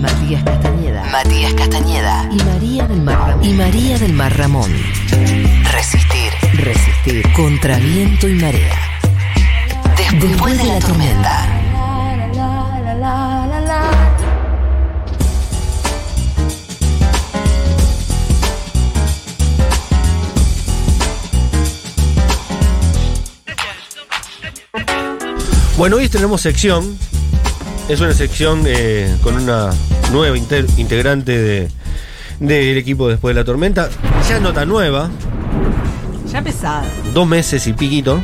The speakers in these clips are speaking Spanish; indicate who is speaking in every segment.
Speaker 1: Matías Castañeda.
Speaker 2: Matías Castañeda.
Speaker 1: Y María del Mar Ramón. Y María del Mar Ramón.
Speaker 2: Resistir.
Speaker 1: Resistir contra viento y marea.
Speaker 2: Después, de, la, tormenta.
Speaker 3: Bueno, hoy tenemos sección. Es una sección eh, con una nueva inter- integrante de- del equipo Después de la Tormenta. Ya nota nueva,
Speaker 4: Ya pesada.
Speaker 3: dos meses y piquito,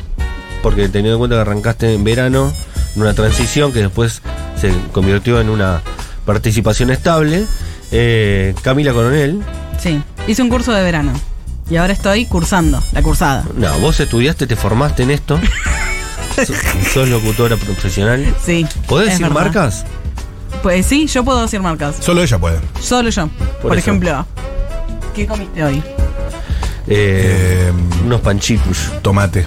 Speaker 3: porque teniendo en cuenta que arrancaste en verano, en una transición que después se convirtió en una participación estable. eh, Camila Coronel.
Speaker 4: Sí. Hice un curso de verano. Y ahora estoy cursando la cursada.
Speaker 3: No, vos estudiaste, te formaste en esto. So- Sos locutora profesional.
Speaker 4: Sí.
Speaker 3: ¿Podés
Speaker 4: es
Speaker 3: decir
Speaker 4: verdad.
Speaker 3: marcas?
Speaker 4: Pues sí, yo puedo decir marcas.
Speaker 5: Solo ella puede.
Speaker 4: Solo yo. Por,
Speaker 3: eso.
Speaker 4: ejemplo, ¿qué comiste hoy?
Speaker 3: Eh,
Speaker 5: Eh,
Speaker 3: unos panchicus.
Speaker 5: tomate.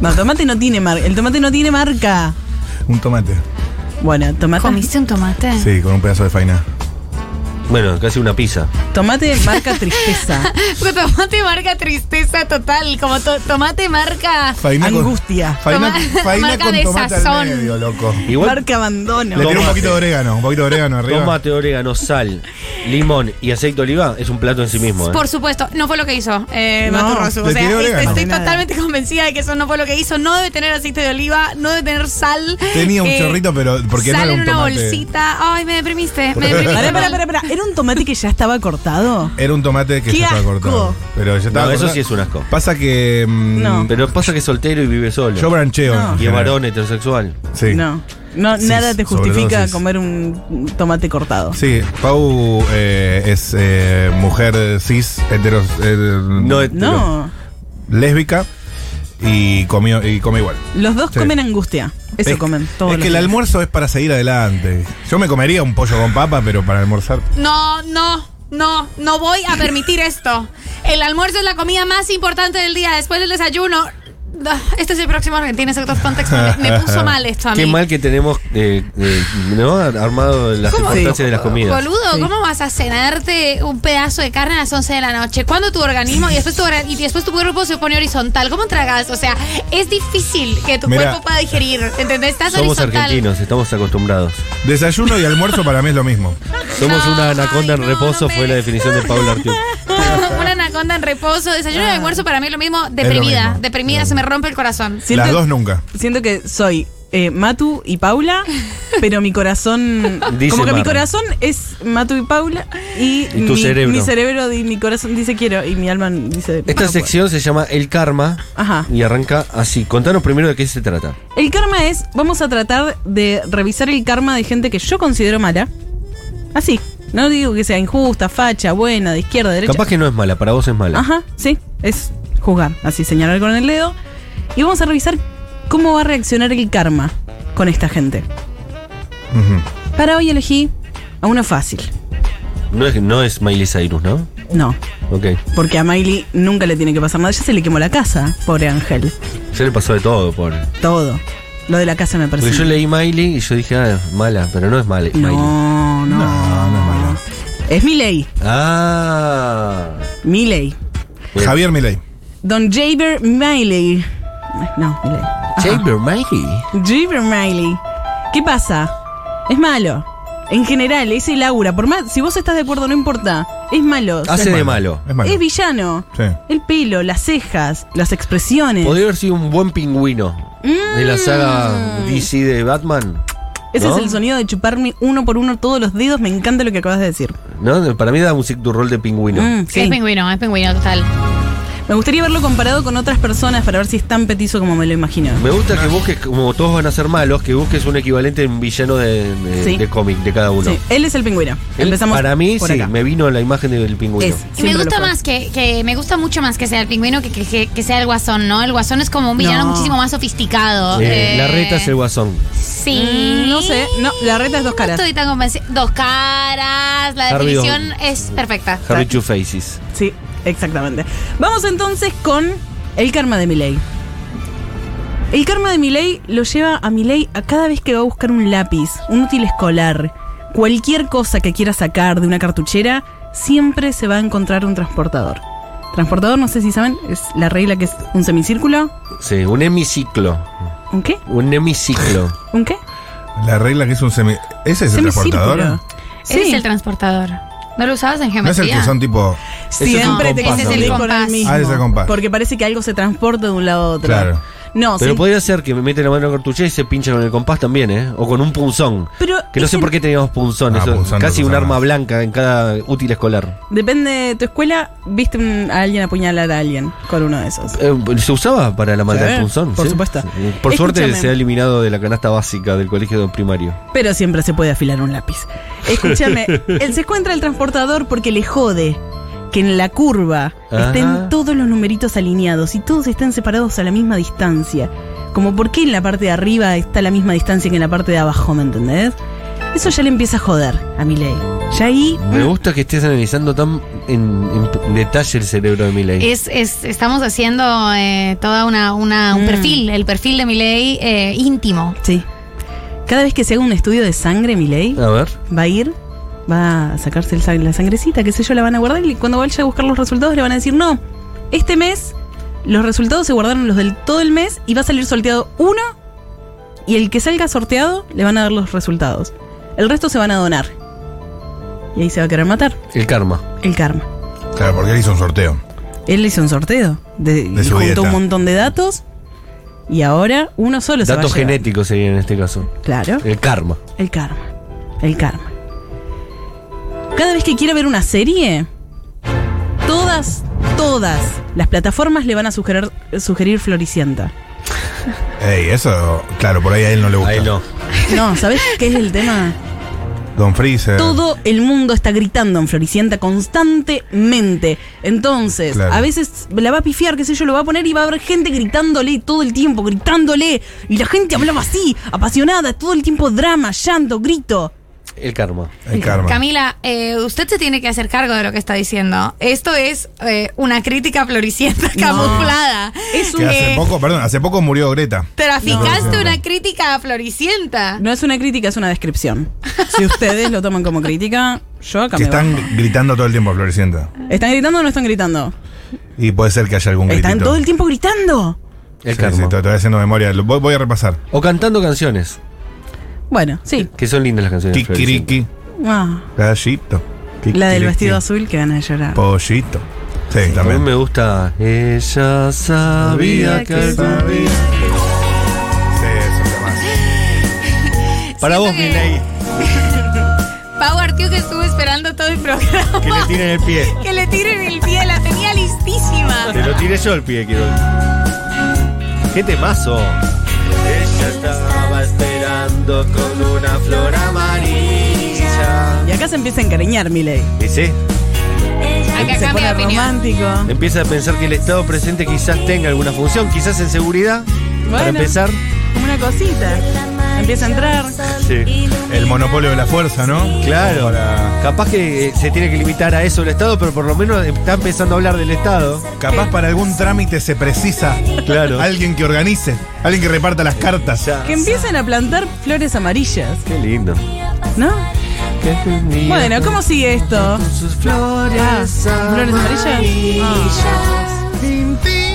Speaker 4: No, tomate no tiene marca. El tomate no tiene marca.
Speaker 5: Un tomate.
Speaker 4: Bueno, tomate.
Speaker 6: ¿Comiste un tomate?
Speaker 5: Sí, con un pedazo de faina.
Speaker 3: Bueno, casi una pizza.
Speaker 4: Tomate marca tristeza.
Speaker 6: Pero tomate marca tristeza total, como to- tomate marca...
Speaker 5: Faina con-
Speaker 4: angustia.
Speaker 5: Faina,
Speaker 6: Toma-
Speaker 5: faina
Speaker 6: marca
Speaker 5: con
Speaker 6: de
Speaker 5: tomate al
Speaker 6: sazón.
Speaker 5: medio, loco.
Speaker 3: Igual
Speaker 4: Marca abandono.
Speaker 5: Le tiré un
Speaker 3: Tomate.
Speaker 5: poquito de orégano, un poquito de orégano arriba.
Speaker 3: tomate, orégano, sal, limón y aceite de oliva es un plato en sí mismo. ¿eh?
Speaker 6: Por supuesto, no fue lo que hizo eh,
Speaker 4: No,
Speaker 6: Matorrazo. O
Speaker 5: le
Speaker 6: sea,
Speaker 5: tiré
Speaker 6: estoy,
Speaker 5: orégano.
Speaker 6: estoy
Speaker 4: No, nada.
Speaker 6: totalmente convencida de que eso no fue lo que hizo. No debe tener aceite de oliva, no debe tener sal.
Speaker 5: Tenía un
Speaker 6: eh,
Speaker 5: chorrito, pero porque no
Speaker 6: sal
Speaker 5: era
Speaker 6: en
Speaker 5: un
Speaker 6: una
Speaker 5: tomate.
Speaker 6: bolsita. Ay, me deprimiste, me deprimiste.
Speaker 4: Pará, pará, pará, pará. ¿Era un tomate que ya estaba cortado?
Speaker 5: Era un tomate que
Speaker 4: ¡Qué
Speaker 5: ya estaba
Speaker 4: asco!
Speaker 5: cortado. Pero ya estaba
Speaker 3: No, eso
Speaker 5: cortado.
Speaker 3: sí es un asco.
Speaker 5: Pasa que. mm,
Speaker 4: No.
Speaker 3: Pero pasa que es soltero y vive solo.
Speaker 5: Yo brancheo.
Speaker 4: No.
Speaker 5: en
Speaker 3: y es
Speaker 5: general.
Speaker 3: varón heterosexual.
Speaker 5: Sí.
Speaker 4: No. No,
Speaker 5: Sí,
Speaker 4: nada te
Speaker 5: sobre todo
Speaker 4: justifica
Speaker 5: sí.
Speaker 4: comer un tomate cortado.
Speaker 5: Sí, Pau eh, es eh, mujer cis, heteros, eh,
Speaker 3: No hetero.
Speaker 4: No.
Speaker 5: lésbica y, comió, y come igual.
Speaker 4: Los dos
Speaker 5: Sí.
Speaker 4: comen angustia. Eso
Speaker 5: es,
Speaker 4: comen todos
Speaker 5: es
Speaker 4: los
Speaker 5: que el
Speaker 4: días.
Speaker 5: almuerzo es para seguir adelante. Yo me comería un pollo con papa, pero para almorzar.
Speaker 6: No, no, no, no voy a permitir esto. El almuerzo es la comida más importante del día, después del desayuno. Ah, Este es el próximo Argentina, exacto contexto. Me, me puso mal esto a mí.
Speaker 3: Qué mal que tenemos eh, eh, ¿no? armado las
Speaker 6: ¿Cómo?
Speaker 3: importancias de las comidas.
Speaker 6: Boludo,
Speaker 4: Sí.
Speaker 6: ¿cómo vas a cenarte un pedazo de carne a las 11 de la noche? ¿Cuándo tu organismo y después tu, orga- y después tu cuerpo se pone horizontal? ¿Cómo tragas? O sea, es difícil que tu
Speaker 5: Mirá.
Speaker 6: cuerpo pueda digerir. ¿Entendés? Estás
Speaker 3: Somos
Speaker 6: horizontal.
Speaker 3: argentinos, estamos acostumbrados.
Speaker 5: Desayuno y almuerzo para mí es lo mismo.
Speaker 3: Somos
Speaker 6: No,
Speaker 3: una anaconda
Speaker 6: ay,
Speaker 3: en
Speaker 6: no,
Speaker 3: reposo,
Speaker 6: no me-
Speaker 3: fue la definición de Paula Artiuk.
Speaker 6: Una anaconda en reposo, desayuno
Speaker 4: Ah.
Speaker 6: y almuerzo para mí es lo mismo.
Speaker 5: Es
Speaker 6: Deprimida,
Speaker 5: lo mismo.
Speaker 6: deprimida, se me rompe el corazón.
Speaker 4: Siento-
Speaker 5: Las dos nunca.
Speaker 4: Siento que soy eh, Matu y Paula, pero mi corazón.
Speaker 3: Dice
Speaker 4: como que mi
Speaker 3: Marra.
Speaker 4: corazón es Matu y Paula y,
Speaker 3: Y tu
Speaker 4: mi,
Speaker 3: cerebro.
Speaker 4: mi cerebro y mi corazón dice quiero y mi alma dice.
Speaker 3: Esta
Speaker 4: no
Speaker 3: sección se llama El Karma
Speaker 4: puedo. Ajá.
Speaker 3: y arranca así. Contanos primero de qué se trata.
Speaker 4: El karma es. Vamos a tratar de revisar el karma de gente que yo considero mala. Así. No digo que sea injusta, facha, buena, de izquierda, de derecha.
Speaker 3: Capaz que no es mala, para vos es mala.
Speaker 6: Ah.
Speaker 4: Ajá, sí, es juzgar, así señalar con el dedo. Y vamos a revisar cómo va a reaccionar el karma con esta gente.
Speaker 5: Ujú.
Speaker 4: Para hoy elegí a uno fácil.
Speaker 3: No es, no es Miley Cyrus, ¿no?
Speaker 4: No,
Speaker 3: Ok.
Speaker 4: porque a Miley nunca le tiene que pasar nada. Ya se le quemó la casa, pobre Ángel.
Speaker 3: Se le pasó de todo, pobre.
Speaker 4: Todo. Lo de la casa me parece.
Speaker 3: Porque yo leí Miley y yo dije, ah, mala, pero no es mala, Miley.
Speaker 4: No, no.
Speaker 5: No, no es mala.
Speaker 4: Es Miley,
Speaker 3: Ah.
Speaker 4: Miley.
Speaker 3: Bien.
Speaker 5: Javier Milei.
Speaker 4: Don Jaber Miley. No, Miley.
Speaker 3: Chamber Miley.
Speaker 4: Jaber Miley. ¿Qué pasa? Es malo. En general, ese Laura, por más, si vos estás de acuerdo, no importa. Es malo.
Speaker 3: Hace de Ah, malo.
Speaker 5: Es malo.
Speaker 4: Es villano.
Speaker 5: Sí.
Speaker 4: El pelo, las cejas, las expresiones.
Speaker 3: Podría haber sido un buen pingüino de la
Speaker 4: Mm.
Speaker 3: saga DC de Batman.
Speaker 4: Ese
Speaker 3: ¿no?
Speaker 4: es el sonido de chuparme uno por uno todos los dedos. Me encanta lo que acabas de decir.
Speaker 3: ¿No? Para mí da music tu rol de pingüino.
Speaker 4: Mm, sí.
Speaker 6: Es pingüino, es pingüino total.
Speaker 4: Me gustaría verlo comparado con otras personas para ver si es tan petizo como me lo imagino.
Speaker 3: Me gusta que busques, como todos van a ser malos, que busques un equivalente en villano de, de,
Speaker 4: Sí.
Speaker 3: de cómic de cada uno.
Speaker 4: Sí, él es el pingüino.
Speaker 3: Él,
Speaker 4: Empezamos
Speaker 3: para mí,
Speaker 4: por
Speaker 3: sí,
Speaker 4: acá.
Speaker 3: me vino la imagen del pingüino. Eh,
Speaker 4: Es,
Speaker 6: Y me
Speaker 4: siempre
Speaker 6: gusta
Speaker 4: lo fue.
Speaker 6: más que, que me gusta mucho más que sea el pingüino que, que- que- que sea el guasón, ¿no? El guasón es como un villano
Speaker 4: No.
Speaker 6: muchísimo más sofisticado.
Speaker 3: Eh,
Speaker 6: Eh,
Speaker 3: La reta es el guasón.
Speaker 6: Sí.
Speaker 4: Mm, no sé. No, la reta es dos caras.
Speaker 6: No estoy tan convencida. Dos caras. La
Speaker 3: Harvey
Speaker 6: definición es perfecta.
Speaker 3: Harry Two Faces.
Speaker 4: Sí, exactamente. Vamos entonces con el karma de Milei. El karma de Milei lo lleva a Milei a cada vez que va a buscar un lápiz, un útil escolar, Cualquier cosa que quiera sacar de una cartuchera, siempre se va a encontrar un transportador. Transportador, no sé si saben, es la regla que es un semicírculo.
Speaker 3: Sí, un hemiciclo.
Speaker 4: ¿Un qué?
Speaker 3: Un hemiciclo.
Speaker 4: ¿Un qué?
Speaker 5: La regla que es un semi. ¿Ese es el transportador?
Speaker 4: Sí.
Speaker 6: Ese es el transportador. ¿No lo usabas
Speaker 5: No
Speaker 6: en
Speaker 5: es
Speaker 6: geometría?
Speaker 5: el que son tipo.
Speaker 4: Siempre
Speaker 3: Ese es un
Speaker 4: te
Speaker 3: compás,
Speaker 4: quise salir
Speaker 6: ¿no?
Speaker 4: con
Speaker 6: Ah,
Speaker 4: el
Speaker 6: ese
Speaker 4: mismo.
Speaker 5: es el compás.
Speaker 4: Porque parece que algo se transporta de un lado a otro.
Speaker 5: Claro.
Speaker 4: No,
Speaker 3: Pero
Speaker 4: ¿Ah, sí.
Speaker 3: podría ser que me mete la mano en la cartuchera y se pincha con el compás también, ¿eh? O con un punzón.
Speaker 4: Pero
Speaker 3: que no sé
Speaker 4: ese-
Speaker 3: por qué teníamos punzón.
Speaker 5: Ah,
Speaker 3: eso,
Speaker 5: punzón no
Speaker 3: casi
Speaker 5: se
Speaker 3: un
Speaker 5: usa
Speaker 3: arma
Speaker 5: más.
Speaker 3: blanca en cada útil escolar.
Speaker 4: Depende de tu escuela, viste un- a alguien apuñalar a alguien con uno de esos.
Speaker 3: Eh, ¿Se usaba para la maldad
Speaker 4: Sí,
Speaker 3: del punzón?
Speaker 4: por supuesto.
Speaker 3: Por suerte
Speaker 4: Escúchame.
Speaker 3: se ha eliminado de la canasta básica del colegio de primario.
Speaker 4: Pero siempre se puede afilar un lápiz. Escúchame, él se encuentra el transportador porque le jode que en la curva
Speaker 3: Ajá.
Speaker 4: estén todos los numeritos alineados y todos estén separados a la misma distancia. Como por qué en la parte de arriba está la misma distancia que en la parte de abajo, ¿me entendés? Eso ya le empieza a joder a mi ley. Ya ahí.
Speaker 3: Me gusta que estés analizando tan en, en detalle el cerebro de Miley.
Speaker 6: Es, es- estamos haciendo eh, toda una, una- un
Speaker 4: Mm.
Speaker 6: perfil, el perfil de Milei eh, íntimo.
Speaker 4: Sí. Cada vez que se haga un estudio de sangre, mi ley,
Speaker 3: A ver.
Speaker 4: va a ir, va a sacarse el sang- la sangrecita, qué sé yo, la van a guardar y cuando vaya a buscar los resultados le van a decir, no, este mes los resultados se guardaron los del todo el mes y va a salir sorteado uno y el que salga sorteado le van a dar los resultados. El resto se van a donar. Y ahí se va a querer matar
Speaker 3: El karma.
Speaker 4: el karma.
Speaker 5: Claro, porque él hizo un sorteo.
Speaker 4: Él hizo un sorteo de, y
Speaker 5: su
Speaker 4: juntó
Speaker 5: dieta.
Speaker 4: un montón de datos y ahora uno solo se va a
Speaker 3: Datos
Speaker 4: llevar.
Speaker 3: genéticos sería en este caso.
Speaker 4: Claro.
Speaker 3: El karma.
Speaker 4: El karma. El karma. Cada vez que quiera ver una serie, todas, todas las plataformas le van a sugerir, sugerir Floricienta.
Speaker 5: Ey, eso. Claro, por ahí a él no le gusta.
Speaker 3: Ahí no.
Speaker 4: No, ¿sabes qué es el tema?
Speaker 5: Don Freezer.
Speaker 4: Todo el mundo está gritando en Floricienta constantemente. Entonces,
Speaker 5: Claro.
Speaker 4: a veces la va a pifiar, qué sé yo, lo va a poner y va a haber gente gritándole todo el tiempo, gritándole. Y la gente hablaba así, apasionada, todo el tiempo drama, llanto, grito.
Speaker 3: El karma.
Speaker 5: El karma.
Speaker 6: Camila, eh, usted se tiene que hacer cargo de lo que está diciendo. Esto es eh, una crítica floricienta camuflada.
Speaker 4: Es
Speaker 5: que
Speaker 4: un-
Speaker 5: hace
Speaker 6: Eh,
Speaker 5: poco, perdón, hace poco murió Greta.
Speaker 6: Traficaste
Speaker 5: No.
Speaker 6: una crítica a floricienta.
Speaker 4: No es una crítica, es una descripción. Si ustedes lo toman como crítica, yo acá
Speaker 5: Que
Speaker 4: me
Speaker 5: están
Speaker 4: bajo.
Speaker 5: gritando todo el tiempo, Floricienta.
Speaker 4: ¿Están gritando o no están gritando?
Speaker 5: Y puede ser que haya algún gritito.
Speaker 4: Están todo el tiempo gritando.
Speaker 3: El
Speaker 5: Sí, sí,
Speaker 3: karma.
Speaker 5: estoy, estoy haciendo memoria. Lo- Voy, voy a repasar.
Speaker 3: o cantando canciones.
Speaker 4: Bueno, sí.
Speaker 3: Que son lindas las canciones. de Floricienta.
Speaker 5: Kikiriki,
Speaker 4: Ah,
Speaker 5: gallito.
Speaker 4: la del
Speaker 5: kikiriki,
Speaker 4: vestido azul que van a llorar.
Speaker 5: Pollito. Sí,
Speaker 3: A mí
Speaker 5: también.
Speaker 3: me gusta. Ella sabía que algún día-
Speaker 5: Sí, eso es lo más.
Speaker 3: Para vos,
Speaker 6: que-
Speaker 3: Miley.
Speaker 6: Pau Artiuk estuvo esperando todo el programa.
Speaker 3: Que le tiren el pie.
Speaker 6: Que le tiren el pie, la tenía listísima.
Speaker 3: Te lo tiré yo el pie, quiero. ¡Qué temazo! Ella estaba esperando con una flor amarilla.
Speaker 4: Y acá se empieza a encariñar, Miley.
Speaker 3: Y sí,
Speaker 6: Acá
Speaker 4: Se
Speaker 6: cambia
Speaker 4: pone
Speaker 6: de opinión.
Speaker 4: romántico.
Speaker 3: empieza a pensar que el estado presente quizás tenga alguna función, quizás en seguridad. Para
Speaker 4: Bueno.
Speaker 3: empezar,
Speaker 4: Como una cosita. Empieza a entrar.
Speaker 3: sí.
Speaker 5: El monopolio de la fuerza, ¿no?
Speaker 3: Claro,
Speaker 5: Para-
Speaker 3: capaz que eh, se tiene que limitar a eso el Estado, pero por lo menos está empezando a hablar del Estado.
Speaker 5: Capaz para algún trámite se precisa
Speaker 3: Claro.
Speaker 5: alguien que organice, alguien que reparta las cartas.
Speaker 3: Ya.
Speaker 4: Que empiezan a plantar flores amarillas,
Speaker 3: Qué lindo.
Speaker 4: ¿no? Bueno, ¿cómo sigue esto?
Speaker 3: Sus flores,
Speaker 4: Ah, flores Ah. amarillas. Ah.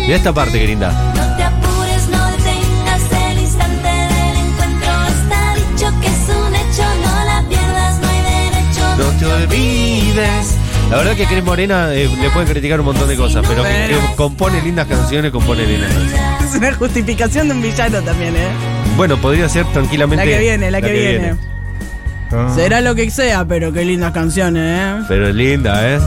Speaker 3: Mira esta parte, qué linda.
Speaker 7: No te apures, no detengas el instante del encuentro. Está dicho que es un hecho, no la pierdas, no hay derecho.
Speaker 3: No te olvides. La verdad que a Cris Morena eh, le pueden criticar un montón de cosas, pero que, que compone lindas canciones, compone lindas canciones.
Speaker 4: Es una justificación de un villano también, ¿eh?
Speaker 3: Bueno, podría ser tranquilamente.
Speaker 4: La que viene, la, que, viene.
Speaker 5: Ah.
Speaker 4: Será lo que sea, pero qué lindas canciones, ¿eh?
Speaker 3: Pero es linda, ¿eh?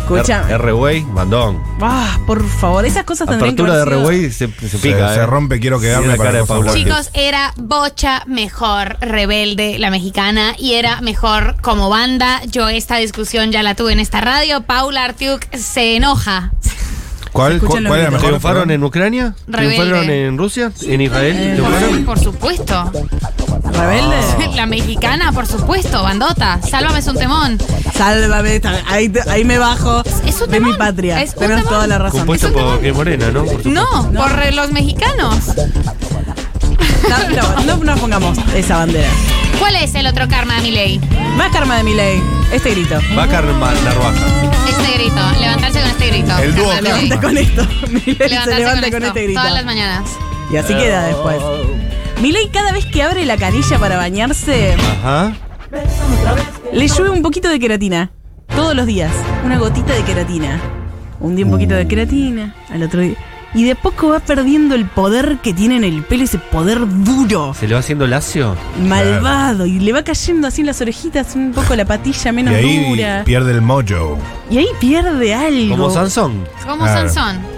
Speaker 4: Escuchame.
Speaker 3: R-Way, mandón.
Speaker 4: Ah, por favor, esas cosas tendrían que
Speaker 3: Apertura de
Speaker 4: haber sido-
Speaker 3: R-Way se, se pica.
Speaker 5: se
Speaker 3: eh.
Speaker 5: rompe, quiero
Speaker 3: Sí,
Speaker 5: quedarme
Speaker 3: la
Speaker 5: para
Speaker 3: cara de
Speaker 5: cosas
Speaker 3: Paula.
Speaker 5: fuertes.
Speaker 6: Chicos, era bocha mejor rebelde la mexicana y era mejor como banda. Yo esta discusión ya la tuve en esta radio. Paula Artiuk se enoja.
Speaker 5: ¿Cuál,
Speaker 4: escuchan
Speaker 5: cuál,
Speaker 4: los
Speaker 5: cuál era mejor?
Speaker 3: ¿Triunfaron en Ucrania?
Speaker 6: Rebelde.
Speaker 3: ¿Triunfaron en Rusia? ¿En Israel?
Speaker 4: Eh,
Speaker 6: Por,
Speaker 3: ¿Triunfaron?
Speaker 6: por supuesto.
Speaker 4: Rebelde.
Speaker 6: La mexicana, por supuesto. Bandota. Sálvame es un temón.
Speaker 3: Ah.
Speaker 4: Sálvame, ta- ahí, te- ahí me bajo
Speaker 6: Es un
Speaker 4: de
Speaker 6: temón,
Speaker 4: mi patria.
Speaker 6: es un
Speaker 4: Tenés
Speaker 6: temón.
Speaker 4: toda la razón.
Speaker 3: Compuesto
Speaker 6: Eso no-
Speaker 3: por Cris Morena, ¿no? Por supuesto.
Speaker 6: No,
Speaker 4: No.
Speaker 6: por eh, los mexicanos.
Speaker 4: No, no, no nos pongamos esa bandera.
Speaker 6: ¿Cuál es el otro karma, Miley?
Speaker 4: Más karma de Miley. Este grito.
Speaker 3: Va Karma Narvaja.
Speaker 6: Este grito, levantarse con este grito.
Speaker 5: El dúo
Speaker 6: Karma de Milei.
Speaker 5: karma.
Speaker 4: Con esto. Milei se
Speaker 6: Levantarse
Speaker 4: levanta
Speaker 6: con,
Speaker 4: con,
Speaker 6: esto,
Speaker 4: este grito.
Speaker 6: Todas las mañanas.
Speaker 4: Y así queda después.
Speaker 3: Oh.
Speaker 4: Milei cada vez que abre la canilla para bañarse,
Speaker 3: Ajá.
Speaker 4: le llueve un poquito de queratina. Todos los días. Una gotita de queratina. Un día un poquito
Speaker 5: Mm.
Speaker 4: de queratina, al otro día. Y de poco va perdiendo el poder que tiene en el pelo, ese poder duro,
Speaker 3: ¿Se le va haciendo lacio?
Speaker 4: malvado. Y le va cayendo así en las orejitas un poco la patilla
Speaker 5: Y
Speaker 4: menos
Speaker 5: ahí
Speaker 4: dura.
Speaker 5: pierde el mojo.
Speaker 4: Y ahí pierde algo.
Speaker 3: Como Sansón.
Speaker 6: Como
Speaker 5: Claro.
Speaker 6: Sansón.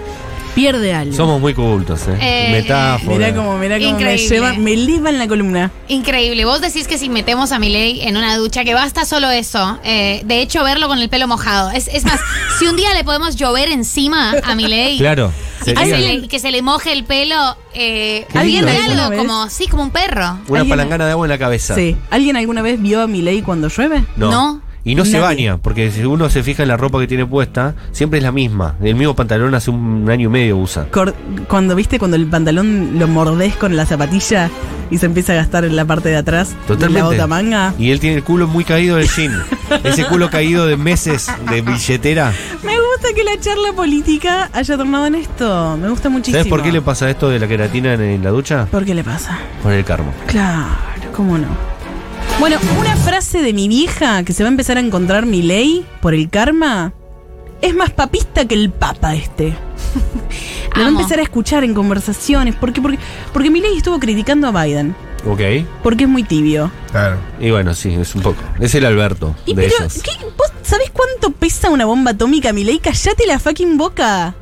Speaker 4: Pierde algo.
Speaker 3: Somos muy cultos, ¿eh?
Speaker 6: Eh,
Speaker 3: Metáfora.
Speaker 4: Mirá como, mirá como me
Speaker 6: Increíble.
Speaker 4: lleva, me elevan la columna.
Speaker 6: Increíble. Vos decís que si metemos a Milei en una ducha, que basta solo eso. Eh, de hecho, verlo con el pelo mojado. Es, es más, si un día le podemos llover encima a Milei.
Speaker 3: Claro.
Speaker 6: y que se,
Speaker 3: Sería
Speaker 6: le, que se le moje el pelo, eh,
Speaker 3: Qué
Speaker 6: alguien
Speaker 3: lindo
Speaker 6: ve
Speaker 4: eso.
Speaker 6: algo
Speaker 4: ¿Una
Speaker 6: como, sí, como un perro.
Speaker 3: una
Speaker 4: ¿Alguien-
Speaker 3: palangana de agua en la cabeza.
Speaker 4: Sí. ¿Alguien alguna vez vio a Milei cuando llueve?
Speaker 3: No.
Speaker 6: No.
Speaker 3: Y no se
Speaker 4: Nadie.
Speaker 3: baña, porque si uno se fija en la ropa que tiene puesta, siempre es la misma. El mismo pantalón hace un año y medio usa.
Speaker 4: Cor- cuando viste cuando el pantalón lo mordés con la zapatilla y se empieza a gastar en la parte de atrás
Speaker 3: Totalmente.
Speaker 4: de la otra manga.
Speaker 3: Y él tiene el culo muy caído del jean. Ese culo caído de meses de billetera.
Speaker 4: Me gusta que la charla política haya tornado en esto. Me gusta muchísimo.
Speaker 3: ¿Sabes por qué le pasa esto de la queratina en, en la ducha?
Speaker 4: ¿Por qué le pasa?
Speaker 3: Por el carmo.
Speaker 4: Claro, cómo no. Bueno, una frase de mi vieja que se va a empezar a encontrar mi ley por el karma es más papista que el papa este. Lo va a
Speaker 6: Amo.
Speaker 4: empezar a escuchar en conversaciones. ¿Por qué? Porque, porque mi ley estuvo criticando a Biden.
Speaker 3: Ok.
Speaker 4: Porque es muy tibio.
Speaker 5: Claro.
Speaker 3: Y bueno, sí, es un poco. Es el Alberto
Speaker 4: Y
Speaker 3: de
Speaker 4: pero,
Speaker 3: ellos.
Speaker 4: ¿qué? ¿Vos sabés cuánto pesa una bomba atómica, Milei? Callate la fucking boca.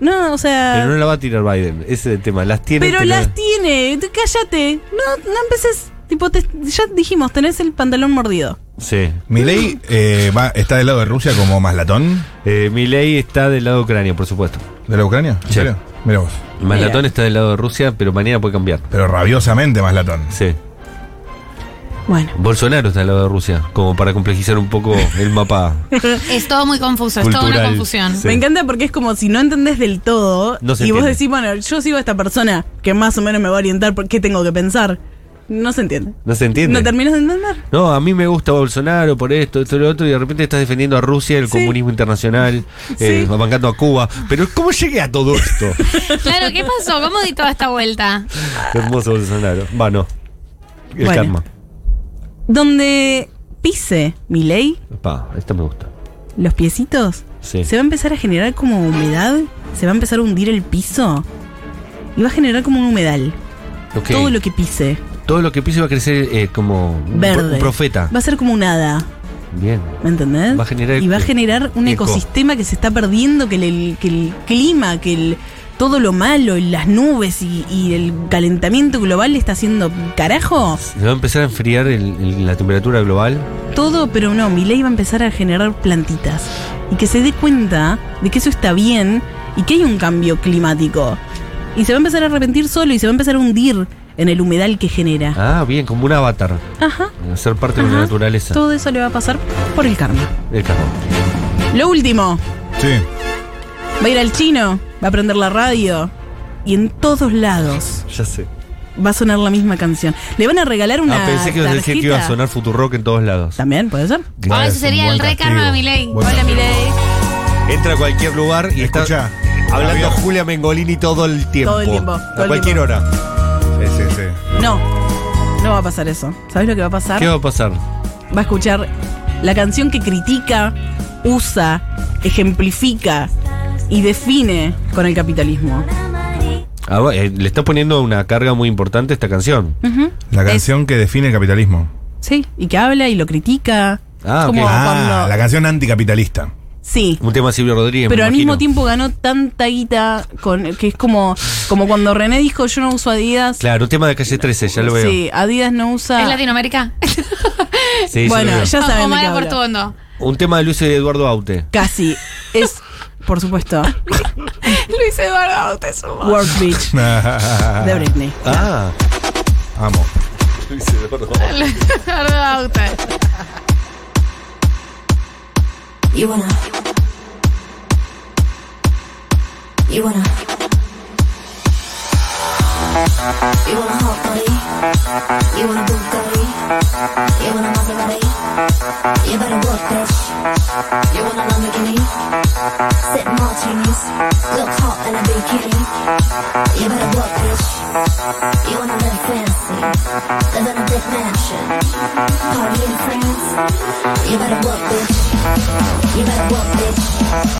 Speaker 4: No, o sea.
Speaker 3: Pero no
Speaker 4: Pero,
Speaker 3: la va a tirar Biden. Ese es el tema. Las tiene. te la-
Speaker 4: Ah. las tiene. Tú Cállate. No, no empeces. Tipo, te- ya dijimos, tenés el pantalón mordido.
Speaker 3: Sí.
Speaker 5: Milei eh, va- está del lado de Rusia como maslatón
Speaker 3: Eh, Milei está del lado de Ucrania, por supuesto.
Speaker 5: de la Ucrania. ¿En
Speaker 3: Sí.
Speaker 5: serio? Mira vos.
Speaker 3: Maslatón está del lado de Rusia, pero mañana puede cambiar.
Speaker 5: Pero rabiosamente maslatón.
Speaker 3: Sí.
Speaker 4: Bueno.
Speaker 3: Bolsonaro está del lado de Rusia, como para complejizar un poco el mapa.
Speaker 6: Es todo muy confuso, es toda una
Speaker 3: Cultural.
Speaker 6: confusión.
Speaker 3: Sí.
Speaker 4: Me encanta porque es como si no entendés del todo
Speaker 3: No se
Speaker 4: y vos
Speaker 3: entiende.
Speaker 4: decís, bueno, yo sigo a esta persona que más o menos me va a orientar por qué tengo que pensar. No se entiende.
Speaker 3: ¿No se entiende?
Speaker 4: No terminas de entender.
Speaker 3: No, a mí me gusta Bolsonaro por esto, esto y lo otro, y de repente estás defendiendo a Rusia, el
Speaker 4: Sí.
Speaker 3: comunismo internacional, eh,
Speaker 4: Sí.
Speaker 3: bancando a Cuba. Pero ¿cómo llegué a todo esto?
Speaker 6: Claro, ¿qué pasó? ¿Cómo di toda esta vuelta?
Speaker 3: Hermoso Bolsonaro. Va, no. El
Speaker 4: Bueno.
Speaker 3: karma.
Speaker 4: Donde pise mi ley,
Speaker 3: Pa, esto me gusta.
Speaker 4: los piecitos,
Speaker 3: Sí.
Speaker 4: se va a empezar a generar como humedad, se va a empezar a hundir el piso y va a generar como un humedal.
Speaker 3: Ok.
Speaker 4: Todo lo que pise,
Speaker 3: Todo lo que pise va a crecer eh, como un pro-
Speaker 4: verde.
Speaker 3: un profeta.
Speaker 4: Va a ser como un hada,
Speaker 3: Bien.
Speaker 4: ¿me entendés?
Speaker 3: Ah. Va a generar
Speaker 4: y va a
Speaker 3: eco.
Speaker 4: generar un
Speaker 3: Eco.
Speaker 4: ecosistema que se está perdiendo, que el, que el clima, que el, todo lo malo, y las nubes y, y el calentamiento global le está haciendo carajo.
Speaker 3: Se va a empezar a enfriar el- el- la temperatura global.
Speaker 4: Todo, pero no, mi ley va a empezar a generar plantitas y que se dé cuenta de que eso está bien y que hay un cambio climático. Y se va a empezar a arrepentir solo y se va a empezar a hundir en el humedal que genera.
Speaker 3: Ah, bien, como un avatar.
Speaker 4: Ajá.
Speaker 3: Ser parte de
Speaker 4: ajá.
Speaker 3: Ah. la naturaleza.
Speaker 4: Todo eso le va a pasar por el karma.
Speaker 3: El karma.
Speaker 4: Lo último,
Speaker 5: Sí.
Speaker 4: va a ir al chino, va a prender la radio y en todos lados
Speaker 3: Ya sé.
Speaker 4: va a sonar la misma canción. Le van a regalar una
Speaker 3: ah, pensé que ibas a decir que iba a
Speaker 4: tarjeta.
Speaker 3: sonar Futurock en todos lados.
Speaker 4: También puede ser.
Speaker 6: Ah,
Speaker 5: es
Speaker 6: ese
Speaker 5: un
Speaker 6: sería
Speaker 5: buen
Speaker 6: el re
Speaker 5: castigo.
Speaker 6: karma de Milei.
Speaker 5: Buen
Speaker 6: Hola,
Speaker 5: castigo.
Speaker 6: Milei.
Speaker 3: Entra a cualquier lugar y
Speaker 5: Escucha,
Speaker 3: está hablando
Speaker 5: avión.
Speaker 3: Julia Mengolini todo el tiempo.
Speaker 4: Todo el tiempo, todo
Speaker 3: a
Speaker 4: el
Speaker 3: cualquier
Speaker 4: tiempo.
Speaker 3: hora.
Speaker 5: Sí, sí, sí.
Speaker 4: No, no va a pasar eso. ¿Sabes lo que va a pasar?
Speaker 3: ¿Qué va a pasar?
Speaker 4: va a escuchar la canción que critica, usa, ejemplifica y define con el capitalismo.
Speaker 3: Ah, va- eh, le está poniendo una carga muy importante a esta canción.
Speaker 5: La canción que define el capitalismo.
Speaker 4: Sí, y que habla y lo critica.
Speaker 3: Ah,
Speaker 4: Como
Speaker 3: ok.
Speaker 5: Ah,
Speaker 4: cuando-
Speaker 5: la canción anticapitalista.
Speaker 4: Sí.
Speaker 3: Un tema de Silvio Rodríguez.
Speaker 4: Pero
Speaker 3: me
Speaker 4: al
Speaker 3: imagino.
Speaker 4: mismo tiempo ganó tanta guita con, que es como, como cuando René dijo yo no uso Adidas.
Speaker 3: Claro, un tema de calle 13, ya lo veo.
Speaker 4: Sí, Adidas no usa.
Speaker 6: ¿Es Latinoamérica?
Speaker 3: Sí, ya
Speaker 4: bueno,
Speaker 3: lo veo.
Speaker 4: ya saben de qué
Speaker 6: Omar
Speaker 4: hablo.
Speaker 6: Portuondo.
Speaker 3: Un tema de Luis Eduardo Aute.
Speaker 4: Casi. Es, por supuesto,
Speaker 6: Luis Eduardo, te sumo.
Speaker 4: World Beach de Britney.
Speaker 3: Ah,
Speaker 5: Amo.
Speaker 7: You wanna. You wanna. You want a hot body? You want a Bugatti? You want a Maserati? You better work, bitch. You want a Lamborghini? Sip martinis, look hot in a bikini. You better work, bitch. You wanna live fancy, live in a big mansion, party in France. You better work, bitch. You better work, bitch.